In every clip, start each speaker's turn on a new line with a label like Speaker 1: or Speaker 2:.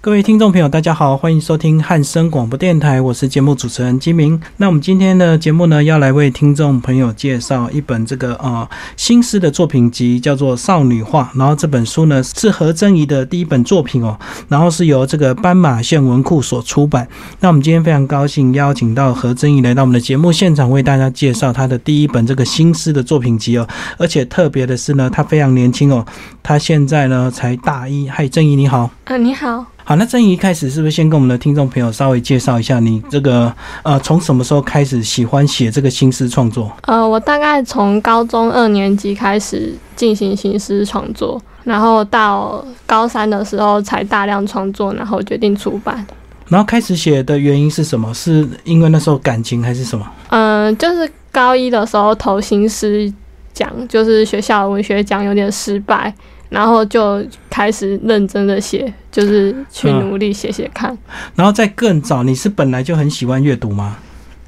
Speaker 1: 各位听众朋友，大家好，欢迎收听汉声广播电台，我是节目主持人金明。那我们今天的节目呢，要来为听众朋友介绍一本这个呃新诗的作品集，叫做《少女画》。然后这本书呢是何真怡的第一本作品哦，然后是由这个斑马线文库所出版。那我们今天非常高兴邀请到何真怡来到我们的节目现场，为大家介绍她的第一本这个新诗的作品集哦。而且特别的是呢，她非常年轻哦，她现在呢才大一。嗨，真怡你好。
Speaker 2: 啊，你好，
Speaker 1: 好，那郑怡一开始是不是先跟我们的听众朋友稍微介绍一下你这个呃，从什么时候开始喜欢写这个新诗创作？
Speaker 2: 呃，我大概从高中二年级开始进行新诗创作，然后到高三的时候才大量创作，然后决定出版。
Speaker 1: 然后开始写的原因是什么？是因为那时候感情还是什么？
Speaker 2: 嗯、就是高一的时候投新诗奖，就是学校的文学奖，有点失败，然后就开始认真的写，就是去
Speaker 1: 嗯
Speaker 2: 努力写写看。
Speaker 1: 然后在更早，你是本来就很喜欢阅读吗？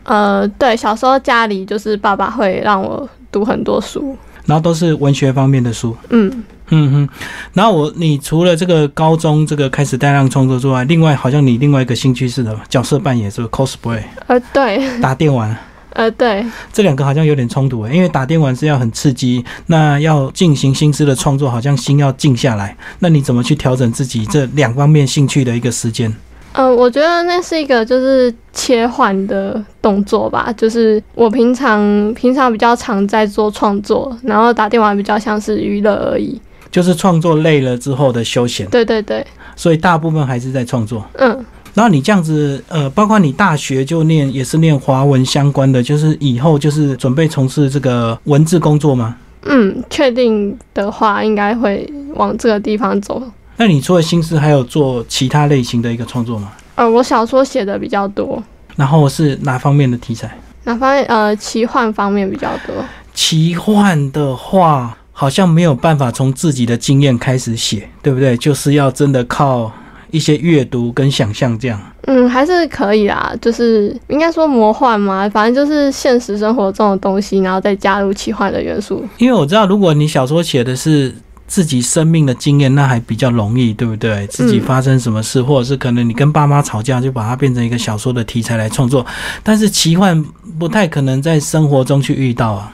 Speaker 2: 呃，对，小时候家里就是爸爸会让我读很多书，
Speaker 1: 然后都是文学方面的书，
Speaker 2: 嗯，
Speaker 1: 嗯哼。然后我，你除了这个高中这个开始大量创作之外，另外好像你另外一个兴趣是什么？角色扮演是不是 cosplay
Speaker 2: 呃，对，
Speaker 1: 打电玩？
Speaker 2: 呃，对，
Speaker 1: 这两个好像有点冲突欸诶，因为打电玩是要很刺激，那要进行新诗的创作，好像心要静下来。那你怎么去调整自己这两方面兴趣的一个时间？
Speaker 2: 嗯，我觉得那是一个就是切换的动作吧，就是我平常平常比较常在做创作，然后打电话比较像是娱乐而已。
Speaker 1: 就是创作累了之后的休闲，
Speaker 2: 对对对，
Speaker 1: 所以大部分还是在创作。
Speaker 2: 嗯，
Speaker 1: 然后你这样子，呃，包括你大学就念也是念华文相关的，就是以后就是准备从事这个文字工作吗？
Speaker 2: 嗯，确定的话应该会往这个地方走。
Speaker 1: 那你除了新诗，还有做其他类型的一个创作吗？
Speaker 2: 呃，我小说写的比较多，
Speaker 1: 然后是哪方面的题材？
Speaker 2: 哪方面呃奇幻方面比较多。
Speaker 1: 奇幻的话，好像没有办法从自己的经验开始写，对不对？就是要真的靠一些阅读跟想象这样。
Speaker 2: 嗯，还是可以啦，就是应该说魔幻嘛，反正就是现实生活中的东西，然后再加入奇幻的元素。
Speaker 1: 因为我知道，如果你小说写的是自己生命的经验，那还比较容易，对不对？自己发生什么事，或者是可能你跟爸妈吵架，就把它变成一个小说的题材来创作。但是奇幻不太可能在生活中去遇到啊。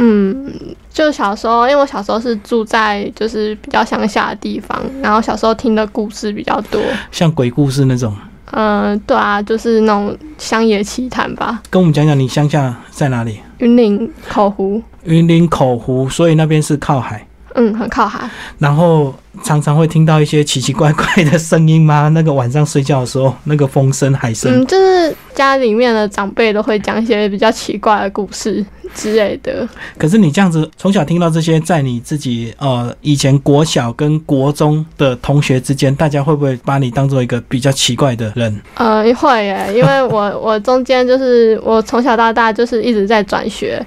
Speaker 2: 嗯，就小时候，因为我小时候是住在就是比较乡下的地方，然后小时候听的故事比较多。
Speaker 1: 像鬼故事那种，
Speaker 2: 嗯，对啊，就是那种乡野奇谈吧。
Speaker 1: 跟我们讲讲你乡下在哪里？
Speaker 2: 云林口湖，
Speaker 1: 云林口湖，所以那边是靠海。
Speaker 2: 嗯，很靠海。
Speaker 1: 然后常常会听到一些奇奇怪怪的声音吗？那个晚上睡觉的时候，那个风声、海声，
Speaker 2: 嗯，就是家里面的长辈都会讲一些比较奇怪的故事之类的。
Speaker 1: 可是你这样子从小听到这些，在你自己呃以前国小跟国中的同学之间，大家会不会把你当做一个比较奇怪的人？
Speaker 2: 呃，会耶，因为我我中间就是我从小到大就是一直在转学，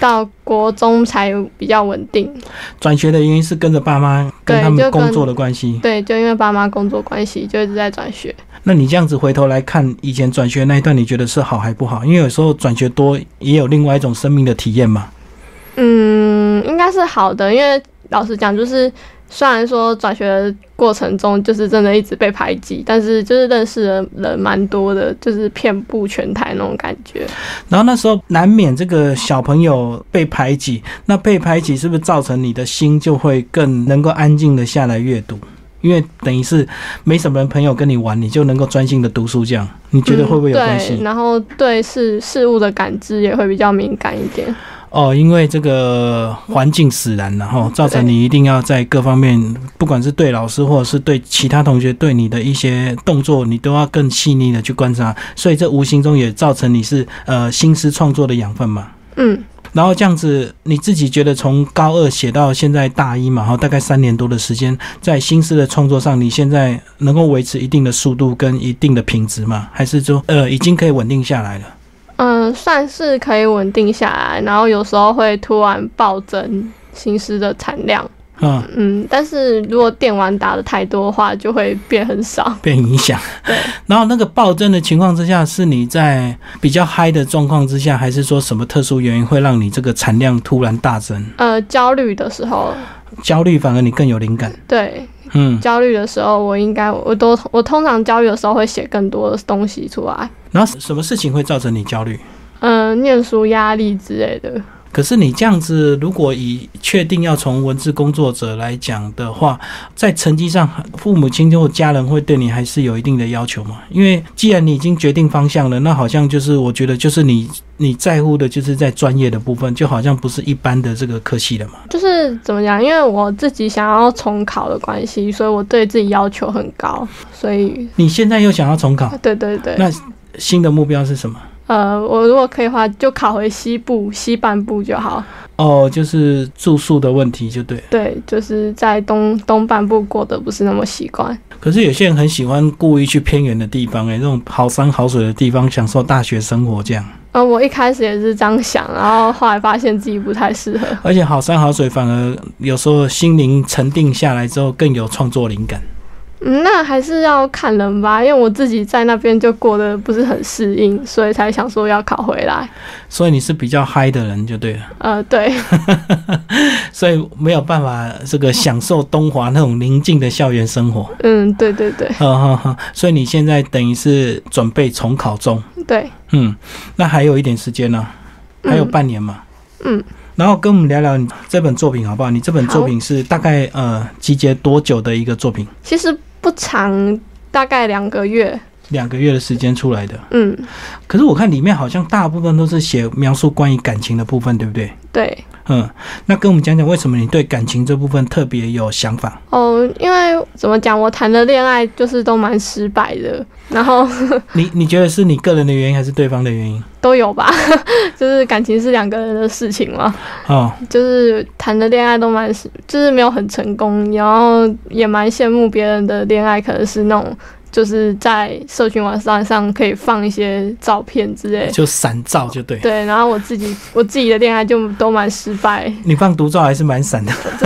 Speaker 2: 到国中才比较稳定。
Speaker 1: 转学的原因是跟着爸妈跟
Speaker 2: 对
Speaker 1: 他们
Speaker 2: 就跟
Speaker 1: 工作的关系。
Speaker 2: 对，就因为爸妈工作关系，就一直在转学。
Speaker 1: 那你这样子回头来看以前转学那一段，你觉得是好还不好？因为有时候转学多也有另外一种生命的体验嘛。
Speaker 2: 嗯，应该是好的，因为老实讲，就是虽然说转学的过程中就是真的一直被排挤，但是就是认识的人蛮多的，就是遍布全台那种感觉。
Speaker 1: 然后那时候难免这个小朋友被排挤，那被排挤是不是造成你的心就会更能够安静的下来阅读？因为等于是没什么人朋友跟你玩，你就能够专心的读书，这样你觉得会不会有关系
Speaker 2: 嗯？对，然后对事事物的感知也会比较敏感一点。
Speaker 1: 哦，因为这个环境使然，然后造成你一定要在各方面，不管是对老师或者是对其他同学对你的一些动作，你都要更细腻的去观察，所以这无形中也造成你是呃心思创作的养分嘛。
Speaker 2: 嗯，
Speaker 1: 然后这样子，你自己觉得从高二写到现在大一嘛，然后大概三年多的时间，在新诗的创作上，你现在能够维持一定的速度跟一定的品质吗？还是说，呃，已经可以稳定下来了？
Speaker 2: 嗯，算是可以稳定下来，然后有时候会突然暴增新诗的产量。
Speaker 1: 嗯，
Speaker 2: 嗯，但是如果电玩打的太多的话，就会变很少。
Speaker 1: 被影响。
Speaker 2: 对。
Speaker 1: 然后那个暴增的情况之下，是你在比较嗨的状况之下，还是说什么特殊原因会让你这个产量突然大增？
Speaker 2: 呃，焦虑的时候，
Speaker 1: 焦虑反而你更有灵感。
Speaker 2: 对，
Speaker 1: 嗯，
Speaker 2: 焦虑的时候，我应该我都我通常焦虑的时候会写更多的东西出来，
Speaker 1: 然后什么事情会造成你焦虑？
Speaker 2: 嗯、念书压力之类的。
Speaker 1: 可是你这样子，如果以确定要从文字工作者来讲的话，在成绩上，父母亲或家人会对你还是有一定的要求嘛？因为既然你已经决定方向了，那好像就是我觉得就是你你在乎的就是在专业的部分，就好像不是一般的这个科系了嘛。
Speaker 2: 就是怎么讲？因为我自己想要重考的关系，所以我对自己要求很高，所以
Speaker 1: 你现在又想要重考，
Speaker 2: 对对对。
Speaker 1: 那新的目标是什么？
Speaker 2: 呃，我如果可以的话，就考回西部西半部就好。
Speaker 1: 哦，就是住宿的问题就对了。
Speaker 2: 对，就是在东东半部过得不是那么习惯。
Speaker 1: 可是有些人很喜欢故意去偏远的地方、欸，诶，这种好山好水的地方享受大学生活这样。
Speaker 2: 呃，我一开始也是这样想，然后后来发现自己不太适合。
Speaker 1: 而且好山好水反而有时候心灵沉定下来之后更有创作灵感。
Speaker 2: 嗯，那还是要看人吧，因为我自己在那边就过得不是很适应，所以才想说要考回来。
Speaker 1: 所以你是比较嗨的人就对了，
Speaker 2: 呃，对，
Speaker 1: 所以没有办法这个享受东华那种宁静的校园生活。
Speaker 2: 嗯，对对对
Speaker 1: 呵呵呵，所以你现在等于是准备重考中，
Speaker 2: 对，
Speaker 1: 嗯，那还有一点时间呢、还有
Speaker 2: 嗯
Speaker 1: 半年嘛。
Speaker 2: 嗯，
Speaker 1: 然后跟我们聊聊你这本作品好不好？你这本
Speaker 2: 好
Speaker 1: 作品是大概呃集结多久的一个作品？
Speaker 2: 其实不长，大概两个月。
Speaker 1: 两个月的时间出来的。
Speaker 2: 嗯，
Speaker 1: 可是我看里面好像大部分都是写描述关于感情的部分，对不对？
Speaker 2: 对。
Speaker 1: 嗯，那跟我们讲讲为什么你对感情这部分特别有想法？
Speaker 2: 哦，因为怎么讲，我谈的恋爱就是都蛮失败的，然后
Speaker 1: 你你觉得是你个人的原因还是对方的原因？
Speaker 2: 都有吧， 就是感情是两个人的事情嘛，
Speaker 1: 哦，
Speaker 2: 就是谈的恋爱都蛮失，就是没有很成功，然后也蛮羡慕别人的恋爱，可能是那种就是在社群网站上可以放一些照片之类。
Speaker 1: 就散照就对。
Speaker 2: 对，然后我自己我自己的恋爱就都蛮失败，
Speaker 1: 你放独照还是蛮散的，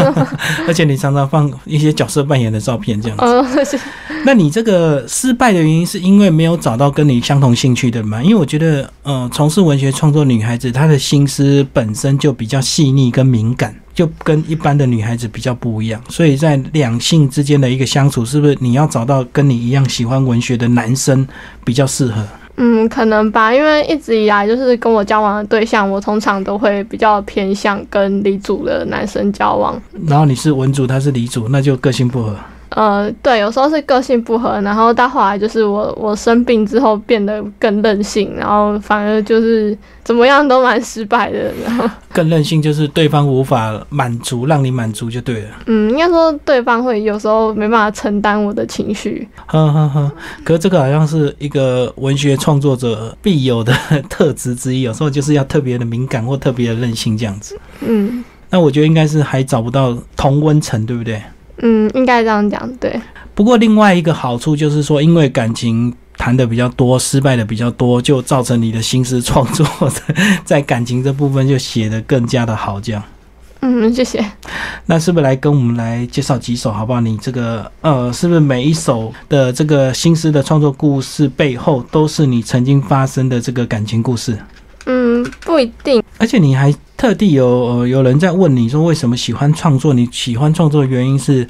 Speaker 1: 而且你常常放一些角色扮演的照片这样子。
Speaker 2: 嗯，
Speaker 1: 那你这个失败的原因是因为没有找到跟你相同兴趣的吗？因为我觉得，呃，从事文学创作女孩子，她的心思本身就比较细腻跟敏感，就跟一般的女孩子比较不一样。所以在两性之间的一个相处，是不是你要找到跟你一样喜欢文学的男生比较适合？
Speaker 2: 嗯，可能吧，因为一直以来就是跟我交往的对象，我通常都会比较偏向跟理组的男生交往。
Speaker 1: 然后你是文主，他是理主，那就个性不合。
Speaker 2: 呃，对，有时候是个性不合，然后到后来就是我我生病之后变得更任性，然后反而就是怎么样都蛮失败的。然后，
Speaker 1: 更任性就是对方无法满足，让你满足就对了。
Speaker 2: 嗯，应该说对方会有时候没办法承担我的情绪。
Speaker 1: 呵呵呵，可是这个好像是一个文学创作者必有的特质之一，有时候就是要特别的敏感或特别的任性这样子。
Speaker 2: 嗯
Speaker 1: 那我觉得应该是还找不到同温层，对不对？
Speaker 2: 嗯，应该这样讲，对。
Speaker 1: 不过另外一个好处就是说，因为感情谈的比较多，失败的比较多，就造成你的心思创作 在感情这部分就写得更加的好，这样。
Speaker 2: 嗯，谢谢。
Speaker 1: 那是不是来跟我们来介绍几首好不好？你这个呃，是不是每一首的这个新诗的创作故事背后，都是你曾经发生的这个感情故事？
Speaker 2: 嗯，不一定。
Speaker 1: 而且你还特地有呃有人在问你说为什么喜欢创作？你喜欢创作的原因是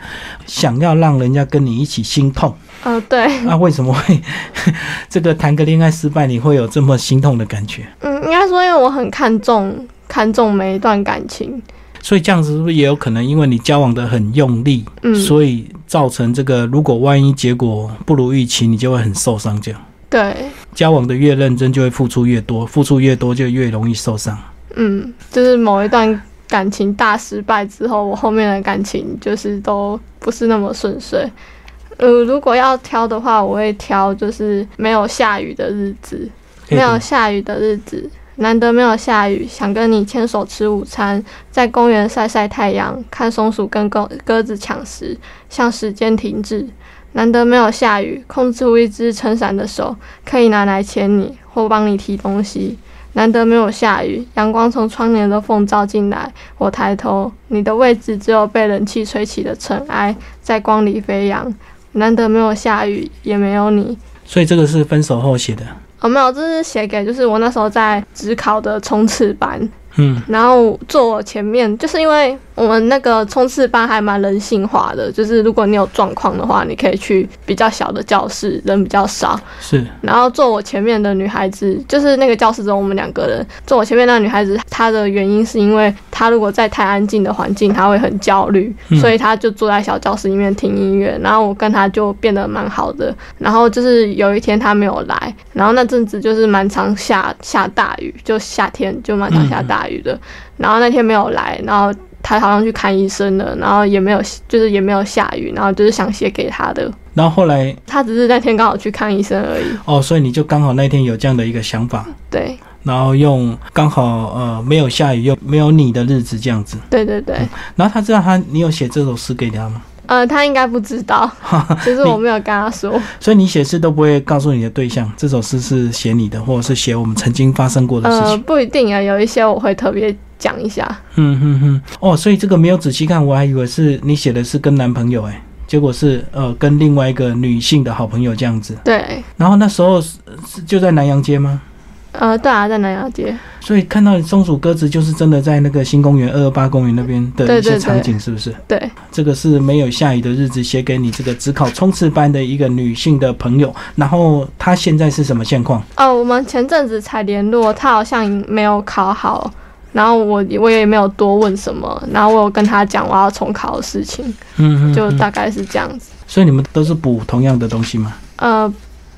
Speaker 1: 想要让人家跟你一起心痛
Speaker 2: 呃，对。
Speaker 1: 啊？为什么会这个谈个恋爱失败你会有这么心痛的感觉？
Speaker 2: 嗯，应该说，因为我很看重看重每一段感情。
Speaker 1: 所以这样子是不是也有可能因为你交往的很用力，
Speaker 2: 嗯，
Speaker 1: 所以造成这个如果万一结果不如预期，你就会很受伤这样。
Speaker 2: 对，
Speaker 1: 交往的越认真，就会付出越多，付出越多就越容易受伤。
Speaker 2: 嗯，就是某一段感情大失败之后，我后面的感情就是都不是那么顺遂。呃，如果要挑的话，我会挑就是没有下雨的日子，没有下雨的日子，难得没有下雨，想跟你牵手吃午餐，在公园晒晒太阳，看松鼠跟鸽鸽子抢食，向时间停滞。难得没有下雨，空出一只撑伞的手，可以拿来牵你或帮你提东西。难得没有下雨，阳光从窗帘的缝照进来，我抬头，你的位置只有被冷气吹起的尘埃在光里飞扬。难得没有下雨，也没有你，
Speaker 1: 所以这个是分手后写的。
Speaker 2: 哦，没有，这是写给就是我那时候在职考的冲刺班，
Speaker 1: 嗯，
Speaker 2: 然后坐我前面，就是因为我们那个冲刺班还蛮人性化的，就是如果你有状况的话，你可以去比较小的教室，人比较少。
Speaker 1: 是
Speaker 2: 然后坐我前面的女孩子，就是那个教室中我们两个人坐我前面那个女孩子，她的原因是因为她如果在太安静的环境，她会很焦虑，
Speaker 1: 嗯
Speaker 2: 所以她就坐在小教室里面听音乐。然后我跟她就变得蛮好的。然后就是有一天她没有来，然后那阵子就是蛮常下下大雨，就夏天就蛮常下大雨的。然后那天没有来，然后。她好像去看医生了，然后也没有，就是也没有下雨，然后就是想写给她的，
Speaker 1: 然后后来
Speaker 2: 她只是那天刚好去看医生而已。
Speaker 1: 哦，所以你就刚好那天有这样的一个想法，
Speaker 2: 对，
Speaker 1: 然后用刚好呃没有下雨又没有你的日子这样子。
Speaker 2: 对对对，
Speaker 1: 然后他知道他你有写这首诗给他吗？
Speaker 2: 呃，他应该不 知道，其实我没有跟他说，
Speaker 1: 所以你写诗都不会告诉你的对象，这首诗是写你的，或者是写我们曾经发生过的事
Speaker 2: 呃，
Speaker 1: 情。
Speaker 2: 不一定啊，有一些我会特别讲一下，
Speaker 1: 嗯哼哼。哦，所以这个没有仔细看，我还以为是你写的是跟男朋友哎、结果是呃跟另外一个女性的好朋友这样子。
Speaker 2: 对，
Speaker 1: 然后那时候是是就在南洋街吗？
Speaker 2: 呃，对啊，在南洋街，
Speaker 1: 所以看到松鼠鸽子就是真的在那个新公园二二八公园那边的一
Speaker 2: 对对
Speaker 1: 些
Speaker 2: 对
Speaker 1: 场景，是不是？
Speaker 2: 对
Speaker 1: 这个是没有下雨的日子，写给你这个只考冲刺班的一个女性的朋友。然后她现在是什么现况？
Speaker 2: 哦，我们前阵子才联络，他好像没有考好。然后我我也没有多问什么，然后我有跟他讲我要重考的事情，
Speaker 1: 嗯
Speaker 2: 就
Speaker 1: 嗯。
Speaker 2: 大概是这样子。
Speaker 1: 所以你们都是补同样的东西吗？
Speaker 2: 呃，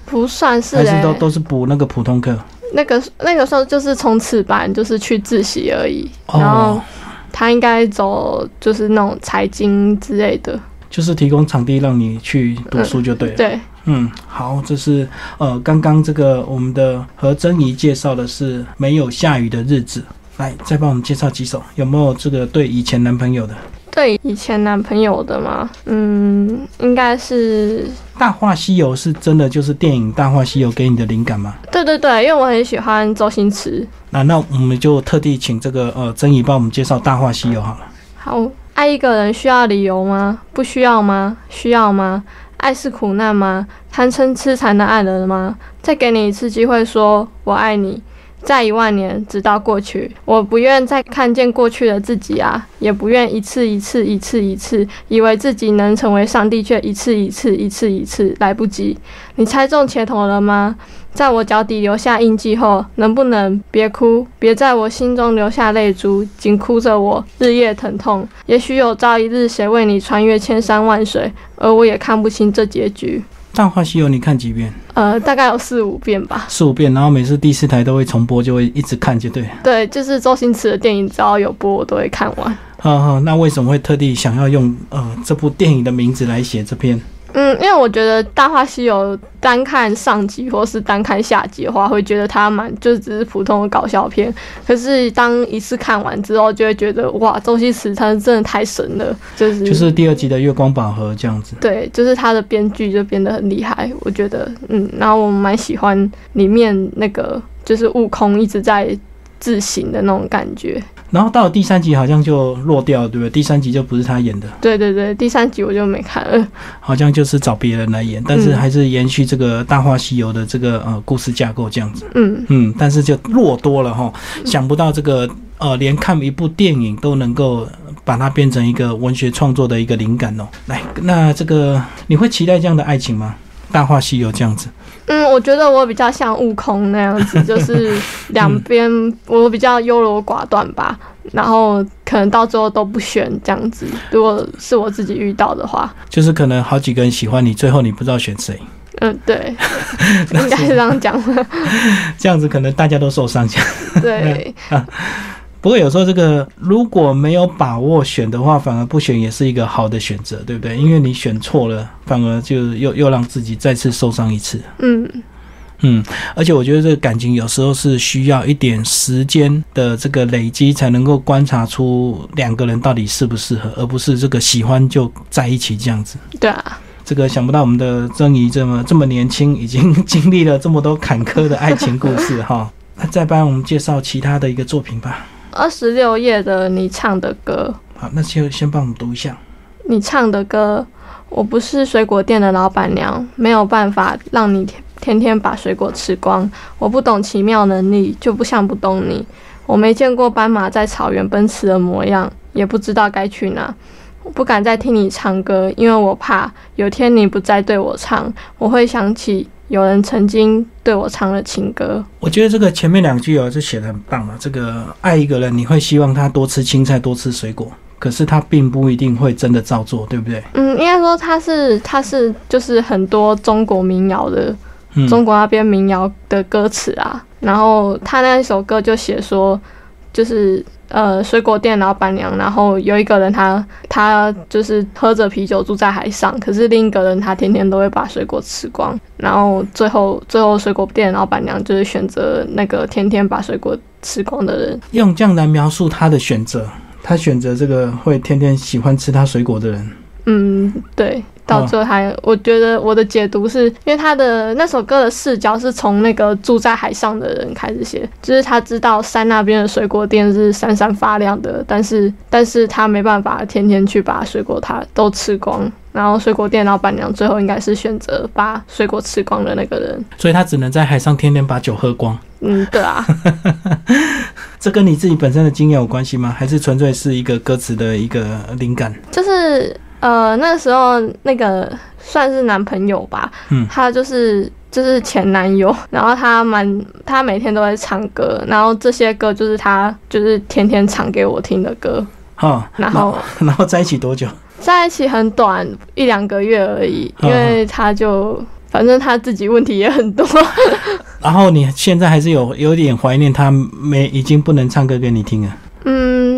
Speaker 2: 不算是
Speaker 1: 还
Speaker 2: 诶、
Speaker 1: 是都都是补那个普通课？
Speaker 2: 那个那个时候就是冲刺班，就是去自习而已。然后
Speaker 1: 哦，
Speaker 2: 他应该走就是那种财经之类的，
Speaker 1: 就是提供场地让你去读书就对了。
Speaker 2: 对，
Speaker 1: 嗯，好，这是呃，刚刚这个我们的何珍怡介绍的是没有下雨的日子。来，再帮我们介绍几首，有没有这个对以前男朋友的？
Speaker 2: 对以前男朋友的嘛，嗯，应该是
Speaker 1: 《大话西游》是真的就是电影《大话西游》给你的灵感吗？
Speaker 2: 对对对，因为我很喜欢周星驰。
Speaker 1: 那那我们就特地请这个呃曾怡帮我们介绍《大话西游》好了。
Speaker 2: 好，爱一个人需要理由吗？不需要吗？需要吗？爱是苦难吗？贪嗔痴才能爱人吗？再给你一次机会说我爱你，再一万年直到过去，我不愿再看见过去的自己啊，也不愿一次一次一次一次，以为自己能成为上帝，却一次一次一次一次来不及。你猜中前头了吗？在我脚底留下印记后，能不能别哭，别在我心中留下泪珠，紧箍着我，日夜疼痛。也许有朝一日，谁为你穿越千山万水，而我也看不清这结局。
Speaker 1: 《大话西游》你看几遍？
Speaker 2: 呃，大概有四五遍吧。
Speaker 1: 四五遍，然后每次第四台都会重播，就会一直看，就对。
Speaker 2: 对，就是周星驰的电影，只要有播我都会看完。
Speaker 1: 呵呵，那为什么会特地想要用呃这部电影的名字来写这篇？
Speaker 2: 嗯，因为我觉得《大话西游》单看上集或是单看下集的话，会觉得它蛮就只是普通的搞笑片。可是当一次看完之后，就会觉得哇，周星驰他真的太神了，就是
Speaker 1: 就是第二集的月光宝盒这样子。
Speaker 2: 对，就是他的编剧就编得很厉害，我觉得，嗯，然后我蛮喜欢里面那个就是悟空一直在自省的那种感觉。
Speaker 1: 然后到了第三集好像就落掉了，对不对？第三集就不是他演的，
Speaker 2: 对对对，第三集我就没看了。
Speaker 1: 好像就是找别人来演，但是
Speaker 2: 嗯
Speaker 1: 还是延续这个《大话西游》的这个呃故事架构这样子。
Speaker 2: 嗯，
Speaker 1: 嗯，但是就落多了哈，想不到这个呃，连看一部电影都能够把它变成一个文学创作的一个灵感哦。来，那这个你会期待这样的爱情吗？《大话西游》这样子，
Speaker 2: 嗯，我觉得我比较像悟空那样子，就是两边我比较优柔寡断吧，然后可能到最后都不选这样子。如果是我自己遇到的话，
Speaker 1: 就是可能好几个人喜欢你，最后你不知道选谁，
Speaker 2: 嗯，对，应该是这样讲。
Speaker 1: 这样子可能大家都受伤。
Speaker 2: 对，
Speaker 1: 不过有时候这个如果没有把握选的话，反而不选也是一个好的选择，对不对？因为你选错了，反而就又又让自己再次受伤一次。
Speaker 2: 嗯，
Speaker 1: 嗯，而且我觉得这个感情有时候是需要一点时间的这个累积，才能够观察出两个人到底适不适合，而不是这个喜欢就在一起这样子。
Speaker 2: 对啊，
Speaker 1: 这个想不到我们的曾怡这么这么年轻，已经经历了这么多坎坷的爱情故事哈。那再帮我们介绍其他的一个作品吧。
Speaker 2: 二十六页的你唱的歌，
Speaker 1: 好，那就先帮我们读一下。
Speaker 2: 你唱的歌，我不是水果店的老板娘，没有办法让你天天天把水果吃光。我不懂奇妙能力，就不像不懂你。我没见过斑马在草原奔驰的模样，也不知道该去哪。我不敢再听你唱歌，因为我怕有天你不再对我唱，我会想起有人曾经对我唱了情歌。
Speaker 1: 我觉得这个前面两句哦，就写的很棒啊。这个爱一个人，你会希望他多吃青菜，多吃水果，可是他并不一定会真的照做，对不对？
Speaker 2: 嗯，应该说它是它是就是很多中国民谣的
Speaker 1: 嗯，
Speaker 2: 中国那啊边民谣的歌词啊，然后他那一首歌就写说，就是呃水果店老板娘，然后有一个人他他就是喝着啤酒住在海上，可是另一个人他天天都会把水果吃光，然后最后最后水果店老板娘就是选择那个天天把水果吃光的人，
Speaker 1: 用这样来描述他的选择，他选择这个会天天喜欢吃他水果的人。
Speaker 2: 嗯，对，到最后还、我觉得我的解读是因为他的那首歌的视角是从那个住在海上的人开始写，就是他知道山那边的水果店是闪闪发亮的，但是但是他没办法天天去把水果他都吃光，然后水果店老板娘最后应该是选择把水果吃光的那个人。
Speaker 1: 所以他只能在海上天天把酒喝光。
Speaker 2: 嗯，对啊，
Speaker 1: 这跟你自己本身的经验有关系吗？还是纯粹是一个歌词的一个灵感？
Speaker 2: 就是呃那时候那个算是男朋友吧，
Speaker 1: 嗯
Speaker 2: 他就是就是前男友，然后他蛮他每天都在唱歌，然后这些歌就是他就是天天唱给我听的歌，
Speaker 1: 哈、
Speaker 2: 然后
Speaker 1: 然后在一起多久？
Speaker 2: 在一起很短一两个月而已，
Speaker 1: 嗯
Speaker 2: 因为他就反正他自己问题也很多，
Speaker 1: 然后你现在还是有有点怀念他没已经不能唱歌给你听了
Speaker 2: 嗯。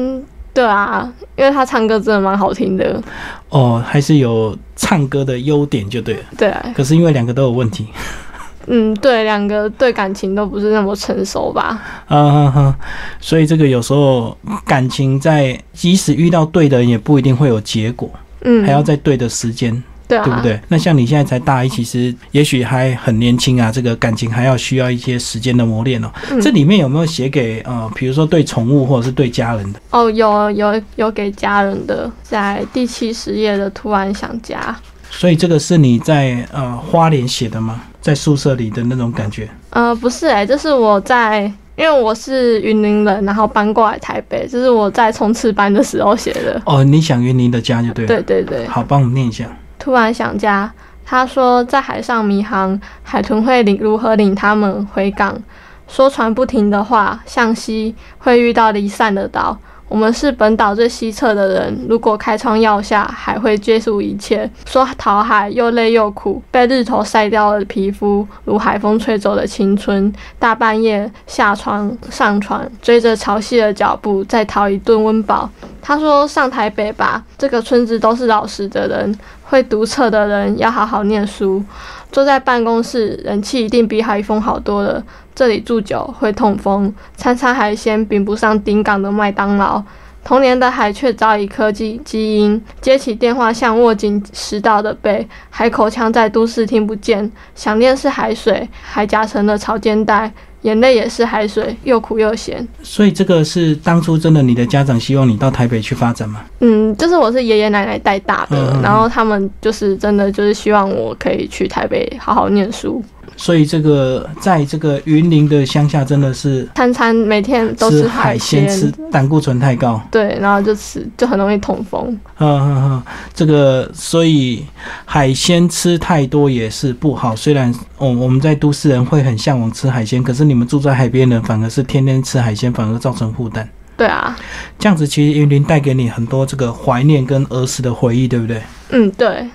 Speaker 2: 对啊，因为他唱歌真的蛮好听的，
Speaker 1: 哦，还是有唱歌的优点就对了。
Speaker 2: 对、啊，
Speaker 1: 可是因为两个都有问题，
Speaker 2: 嗯，对，两个对感情都不是那么成熟吧，
Speaker 1: 嗯哼哼，所以这个有时候感情在即使遇到对的人，也不一定会有结果，
Speaker 2: 嗯，
Speaker 1: 还要在对的时间，
Speaker 2: 对啊，嗯
Speaker 1: 对不对？那像你现在才大一，其实也许还很年轻啊，这个感情还要需要一些时间的磨练哦。
Speaker 2: 嗯
Speaker 1: 这里面有没有写给呃，比如说对宠物或者是对家人的？
Speaker 2: 哦，有有有给家人的，在第七十页的突然想家。
Speaker 1: 所以这个是你在呃花莲写的吗？在宿舍里的那种感觉？
Speaker 2: 呃，不是哎、欸，这是我在，因为我是云林人，然后搬过来台北，这是我在冲刺班的时候写的。
Speaker 1: 哦，你想云林的家就对了。
Speaker 2: 对对对，
Speaker 1: 好，帮我们念一下。
Speaker 2: 突然想家。他说在海上迷航，海豚会领如何领他们回港？说船不停的话，向西会遇到离散的岛。我们是本岛最西侧的人，如果开窗要下，海会结束一切。说逃海又累又苦，被日头晒掉了皮肤，如海风吹走了青春。大半夜下床上船，追着潮汐的脚步，再讨一顿温饱。他说上台北吧，这个村子都是老实的人，会读册的人要好好念书。坐在办公室，人气一定比海风好多了。这里住久会痛风，餐餐海鲜比不上顶港的麦当劳。童年的海却早已科技基因，接起电话像握紧食道的背，海口腔在都市听不见，想念是海水，海夹成了潮间带，眼泪也是海水，又苦又咸。
Speaker 1: 所以这个是当初真的你的家长希望你到台北去发展吗？
Speaker 2: 嗯，就是我是爷爷奶奶带大
Speaker 1: 嗯
Speaker 2: 的，
Speaker 1: 嗯嗯
Speaker 2: 然后他们就是真的就是希望我可以去台北好好念书，
Speaker 1: 所以这个在这个云林的乡下真的是
Speaker 2: 餐餐每天都
Speaker 1: 吃
Speaker 2: 海
Speaker 1: 鲜，吃胆固醇太高。
Speaker 2: 对，然后就吃就很容易痛风，
Speaker 1: 嗯嗯嗯，这个所以海鲜吃太多也是不好。虽然我、我们在都市人会很向往吃海鲜，可是你们住在海边的人反而是天天吃海鲜，反而造成负担。
Speaker 2: 对啊，
Speaker 1: 这样子其实云林带给你很多这个怀念跟儿时的回忆，对不对？
Speaker 2: 嗯，对，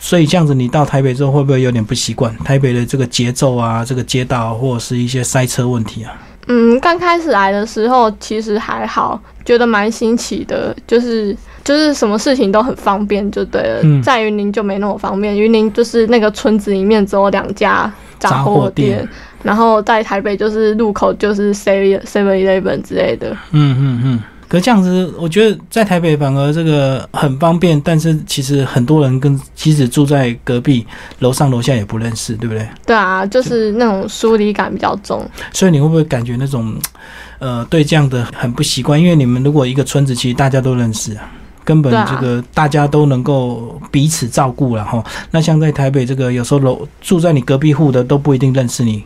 Speaker 1: 所以这样子，你到台北之后会不会有点不习惯台北的这个节奏啊，这个街道或者是一些塞车问题啊？
Speaker 2: 嗯，刚开始来的时候其实还好，觉得蛮新奇的，就是就是什么事情都很方便就对了。
Speaker 1: 嗯
Speaker 2: 在云林就没那么方便，云林就是那个村子里面只有两家
Speaker 1: 杂
Speaker 2: 杂
Speaker 1: 货
Speaker 2: 货店，
Speaker 1: 店
Speaker 2: 然后在台北就是路口就是 Seven Seven Eleven 之类的。
Speaker 1: 嗯嗯嗯。可这样子，我觉得在台北反而这个很方便，但是其实很多人跟即使住在隔壁，楼上楼下也不认识，对不对？
Speaker 2: 对啊，就是那种疏离感比较重。
Speaker 1: 所以你会不会感觉那种，呃，对这样的很不习惯？因为你们如果一个村子，其实大家都认识啊，根本
Speaker 2: 对啊
Speaker 1: 这个大家都能够彼此照顾了哈。那像在台北这个，有时候楼住在你隔壁户的都不一定认识你，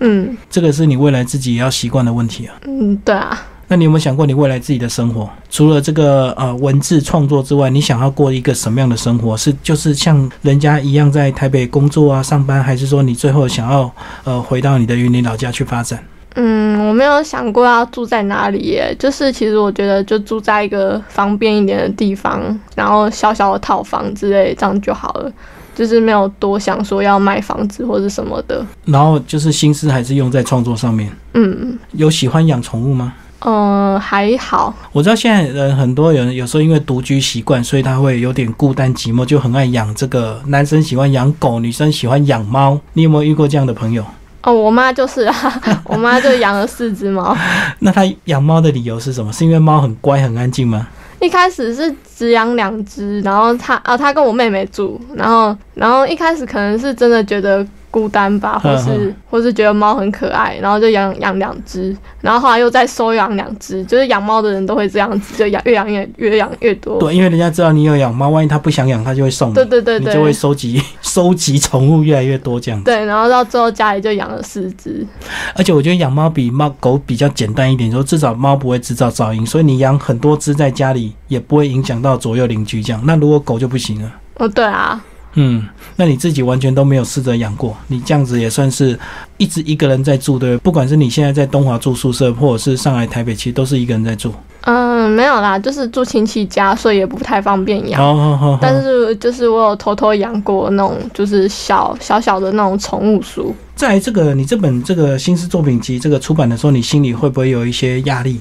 Speaker 2: 嗯
Speaker 1: 这个是你未来自己也要习惯的问题啊。
Speaker 2: 嗯，对啊，
Speaker 1: 那你有没有想过你未来自己的生活？除了这个呃文字创作之外，你想要过一个什么样的生活？是就是像人家一样在台北工作啊、上班，还是说你最后想要呃回到你的云林老家去发展？
Speaker 2: 嗯，我没有想过要住在哪里耶，就是其实我觉得就住在一个方便一点的地方，然后小小的套房之类，这样就好了。就是没有多想说要卖房子或者什么的。
Speaker 1: 然后就是心思还是用在创作上面。
Speaker 2: 嗯，
Speaker 1: 有喜欢养宠物吗？
Speaker 2: 呃，还好。
Speaker 1: 我知道现在人很多人有时候因为独居习惯，所以他会有点孤单寂寞，就很爱养这个。男生喜欢养狗，女生喜欢养猫。你有没有遇过这样的朋友？
Speaker 2: 哦，我妈就是啊， 我妈就养了四只猫。
Speaker 1: 那他养猫的理由是什么？是因为猫很乖很安静吗？
Speaker 2: 一开始是只养两只，然后她啊，她跟我妹妹住，然后然后一开始可能是真的觉得孤单吧，或是
Speaker 1: 嗯
Speaker 2: 或是觉得猫很可爱，然后就养养两只，然后后来又再收养两只，就是养猫的人都会这样子，就养越养越越养越多。
Speaker 1: 对，因为人家知道你有养猫，万一他不想养，他就会送你，
Speaker 2: 哦对对对
Speaker 1: 你就会
Speaker 2: 对。
Speaker 1: 收集 收集宠物越来越多这样子。
Speaker 2: 对，然后到最后家里就养了四只，
Speaker 1: 而且我觉得养猫比猫狗比较简单一点，说至少猫不会制造噪音，所以你养很多只在家里也不会影响到左右邻居这样。那如果狗就不行了。
Speaker 2: 哦，对啊，
Speaker 1: 嗯，那你自己完全都没有试着养过，你这样子也算是一直一个人在住，对不对？不管是你现在在东华住宿舍，或者是上海、台北，其实都是一个人在住。
Speaker 2: 嗯，没有啦，就是住亲戚家，所以也不太方便养。
Speaker 1: 好好好，
Speaker 2: 但是就是我有偷偷养过那种，就是小小小的那种宠物书。
Speaker 1: 在这个你这本这个新诗作品集这个出版的时候，你心里会不会有一些压力？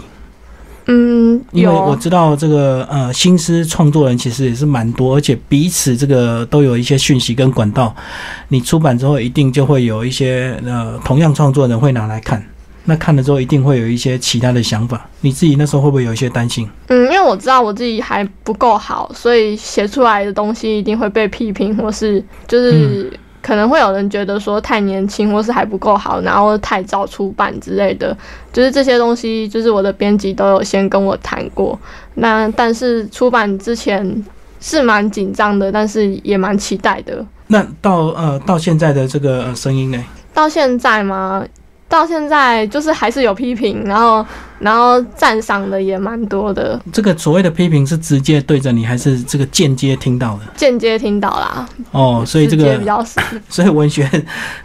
Speaker 2: 嗯，
Speaker 1: 因为我
Speaker 2: 有，
Speaker 1: 知道这个呃新诗创作人其实也是蛮多，而且彼此这个都有一些讯息跟管道。你出版之后，一定就会有一些呃同样创作人会拿来看，那看了之后一定会有一些其他的想法。你自己那时候会不会有一些担心？
Speaker 2: 嗯，因为我知道我自己还不够好，所以写出来的东西一定会被批评，或是就是
Speaker 1: 嗯
Speaker 2: 可能会有人觉得说太年轻，或是还不够好，然后太早出版之类的。就是这些东西，就是我的编辑都有先跟我谈过。那但是出版之前是蛮紧张的，但是也蛮期待的。
Speaker 1: 那到呃到现在的这个、呃、声音呢？
Speaker 2: 到现在吗？到现在就是还是有批评，然后然后赞赏的也蛮 多的，
Speaker 1: 这个所谓的批评是直接对着你，还是这个间接听到的？
Speaker 2: 间接听到啦，
Speaker 1: 哦，所以这
Speaker 2: 直接
Speaker 1: 个
Speaker 2: 比较少。
Speaker 1: 所以文学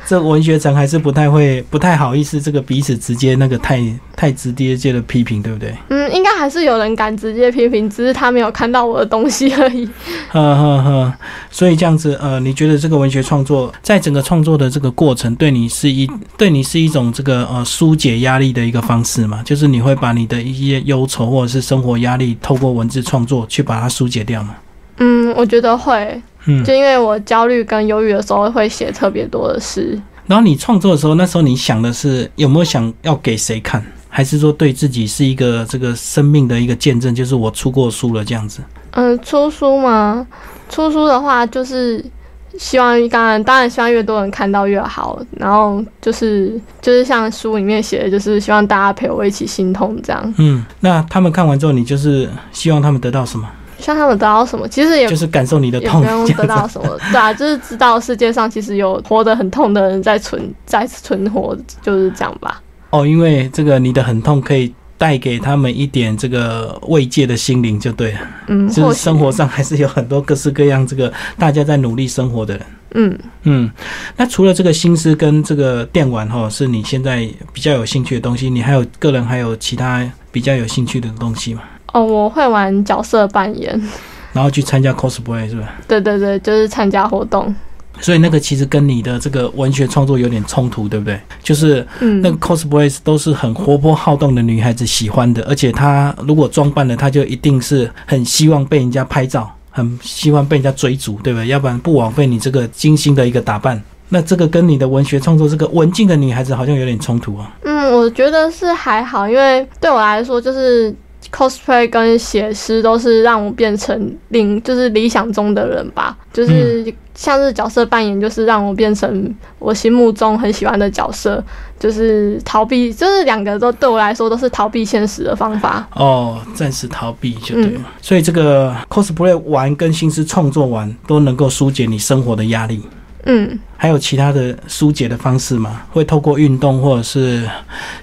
Speaker 1: 这文学城还是不太会不太好意思，这个彼此直接那个太太直接接的批评，对不对？
Speaker 2: 嗯，应该还是有人敢直接批评，只是他没有看到我的东西而已。
Speaker 1: 呵呵呵。所以这样子，呃，你觉得这个文学创作在整个创作的这个过程，对你是一对你是一种这个呃疏解压力的一个方式嘛？就是你会把你的一些忧愁或者是生活压力，透过文字创作去把它疏解掉嘛？
Speaker 2: 嗯，我觉得会，
Speaker 1: 嗯
Speaker 2: 就。因为我焦虑跟忧郁的时候会写特别多的诗。
Speaker 1: 然后你创作的时候，那时候你想的是有没有想要给谁看，还是说对自己是一个这个生命的一个见证，就是我出过书了这样子？
Speaker 2: 嗯，出书吗？出书的话，就是希望当然当然希望越多人看到越好。然后就是就是像书里面写的，就是希望大家陪我一起心痛这样。
Speaker 1: 嗯，那他们看完之后，你就是希望他们得到什么？
Speaker 2: 希望他们得到什么，其实也
Speaker 1: 就是感受你的
Speaker 2: 也
Speaker 1: 痛，
Speaker 2: 不
Speaker 1: 这样
Speaker 2: 用得到
Speaker 1: 子。
Speaker 2: 什么，对啊，就是知道世界上其实有活得很痛的人在存在存活，就是这样吧。
Speaker 1: 哦，因为这个你的很痛可以带给他们一点这个慰藉的心灵，就对了。
Speaker 2: 嗯，
Speaker 1: 就
Speaker 2: 或
Speaker 1: 是
Speaker 2: 许
Speaker 1: 生活上还是有很多各式各样这个大家在努力生活的人。
Speaker 2: 嗯
Speaker 1: 嗯，那除了这个心思跟这个电玩哈，是你现在比较有兴趣的东西，你还有个人还有其他比较有兴趣的东西嘛？
Speaker 2: 哦，我会玩角色扮演，
Speaker 1: 然后去参加 cosplay 是吧？
Speaker 2: 对对对，就是参加活动。
Speaker 1: 所以那个其实跟你的这个文学创作有点冲突，对不对？就是
Speaker 2: 嗯，
Speaker 1: 那个 cosplay 都是很活泼好动的女孩子喜欢的，而且她如果装扮了，她就一定是很希望被人家拍照，很希望被人家追逐，对不对？要不然不枉费你这个精心的一个打扮。那这个跟你的文学创作这个文静的女孩子好像有点冲突啊。
Speaker 2: 嗯，我觉得是还好，因为对我来说，就是 cosplay 跟写诗都是让我变成另就是理想中的人吧，就是像是角色扮演，就是让我变成我心目中很喜欢的角色，就是逃避，就是两个都对我来说都是逃避现实的方法。
Speaker 1: 哦，暂时逃避就对了。所以这个 cosplay 玩跟心思创作玩都能够疏解你生活的压力。
Speaker 2: 嗯，
Speaker 1: 还有其他的疏解的方式吗？会透过运动或者是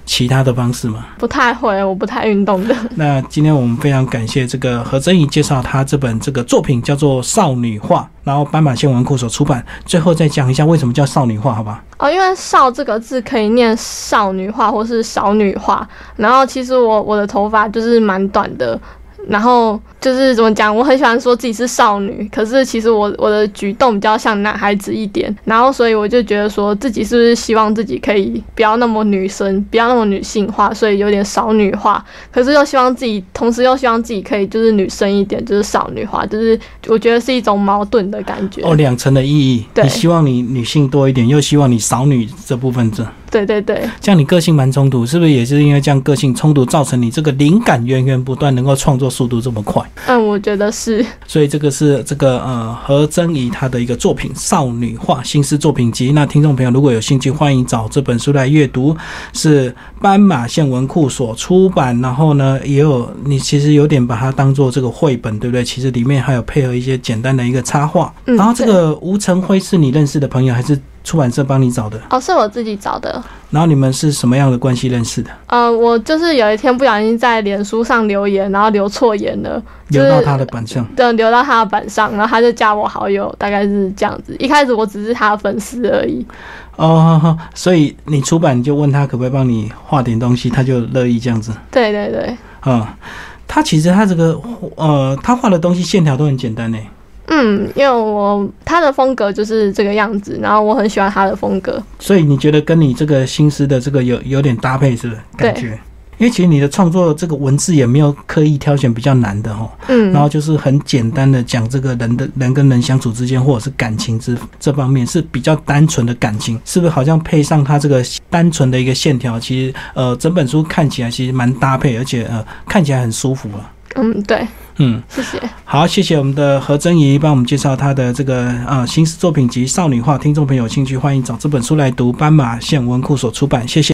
Speaker 1: 其他的方式吗？
Speaker 2: 不太会，我不太运动的。
Speaker 1: 那今天我们非常感谢这个何真怡介绍她这本这个作品叫做《少女画》，然后斑马线文库所出版。最后再讲一下为什么叫少女画，好吧？
Speaker 2: 哦，因为“少”这个字可以念少女化或是少女化。然后其实我我的头发就是蛮短的，然后就是怎么讲，我很喜欢说自己是少女，可是其实我我的举动比较像男孩子一点。然后所以我就觉得说自己是不是希望自己可以不要那么女生，不要那么女性化，所以有点少女化。可是又希望自己，同时又希望自己可以就是女生一点，就是少女化，就是我觉得是一种矛盾的感觉。
Speaker 1: 哦，两层的意义，
Speaker 2: 对
Speaker 1: 你希望你女性多一点，又希望你少女这部分这
Speaker 2: 对对对。
Speaker 1: 这样你个性蛮冲突，是不是也是因为这样个性冲突造成你这个灵感源源不断，能够创作速度这么快？
Speaker 2: 嗯，我觉得是，
Speaker 1: 所以这个是这个呃何真怡她的一个作品《少女画新诗作品集》。那听众朋友如果有兴趣，欢迎找这本书来阅读，是斑马线文库所出版。然后呢，也有你其实有点把它当做这个绘本，对不对？其实里面还有配合一些简单的一个插画。
Speaker 2: 嗯
Speaker 1: 然后这个吴成辉是你认识的朋友，还是出版社帮你找的？
Speaker 2: 哦，是我自己找的。
Speaker 1: 然后你们是什么样的关系认识的？
Speaker 2: 呃，我就是有一天不小心在脸书上留言，然后留错言了，就
Speaker 1: 留
Speaker 2: 是
Speaker 1: 到他的版上。
Speaker 2: 对，留到他的板上，然后他就加我好友，大概是这样子。一开始我只是他的粉丝而已，
Speaker 1: 哦，所以你出版你就问他可不可以帮你画点东西，他就乐意这样子。
Speaker 2: 对对对，
Speaker 1: 嗯，他其实他这个呃，他画的东西线条都很简单呢。
Speaker 2: 嗯，因为我他的风格就是这个样子，然后我很喜欢他的风格，
Speaker 1: 所以你觉得跟你这个心思的这个有有点搭配是不是？
Speaker 2: 对
Speaker 1: 感觉，因为其实你的创作这个文字也没有刻意挑选比较难的哦，
Speaker 2: 嗯
Speaker 1: 然，后就是很简单的讲这个人的人跟人相处之间，或者是感情之这方面是比较单纯的感情，是不是？好像配上他这个单纯的一个线条，其实呃，整本书看起来其实蛮搭配，而且呃，看起来很舒服啊。
Speaker 2: 嗯，对，
Speaker 1: 嗯。
Speaker 2: 谢谢，
Speaker 1: 好，谢谢我们的何真怡帮我们介绍她的这个呃新诗作品集《少女画》，听众朋友有兴趣欢迎找这本书来读，斑马线文库所出版，谢谢。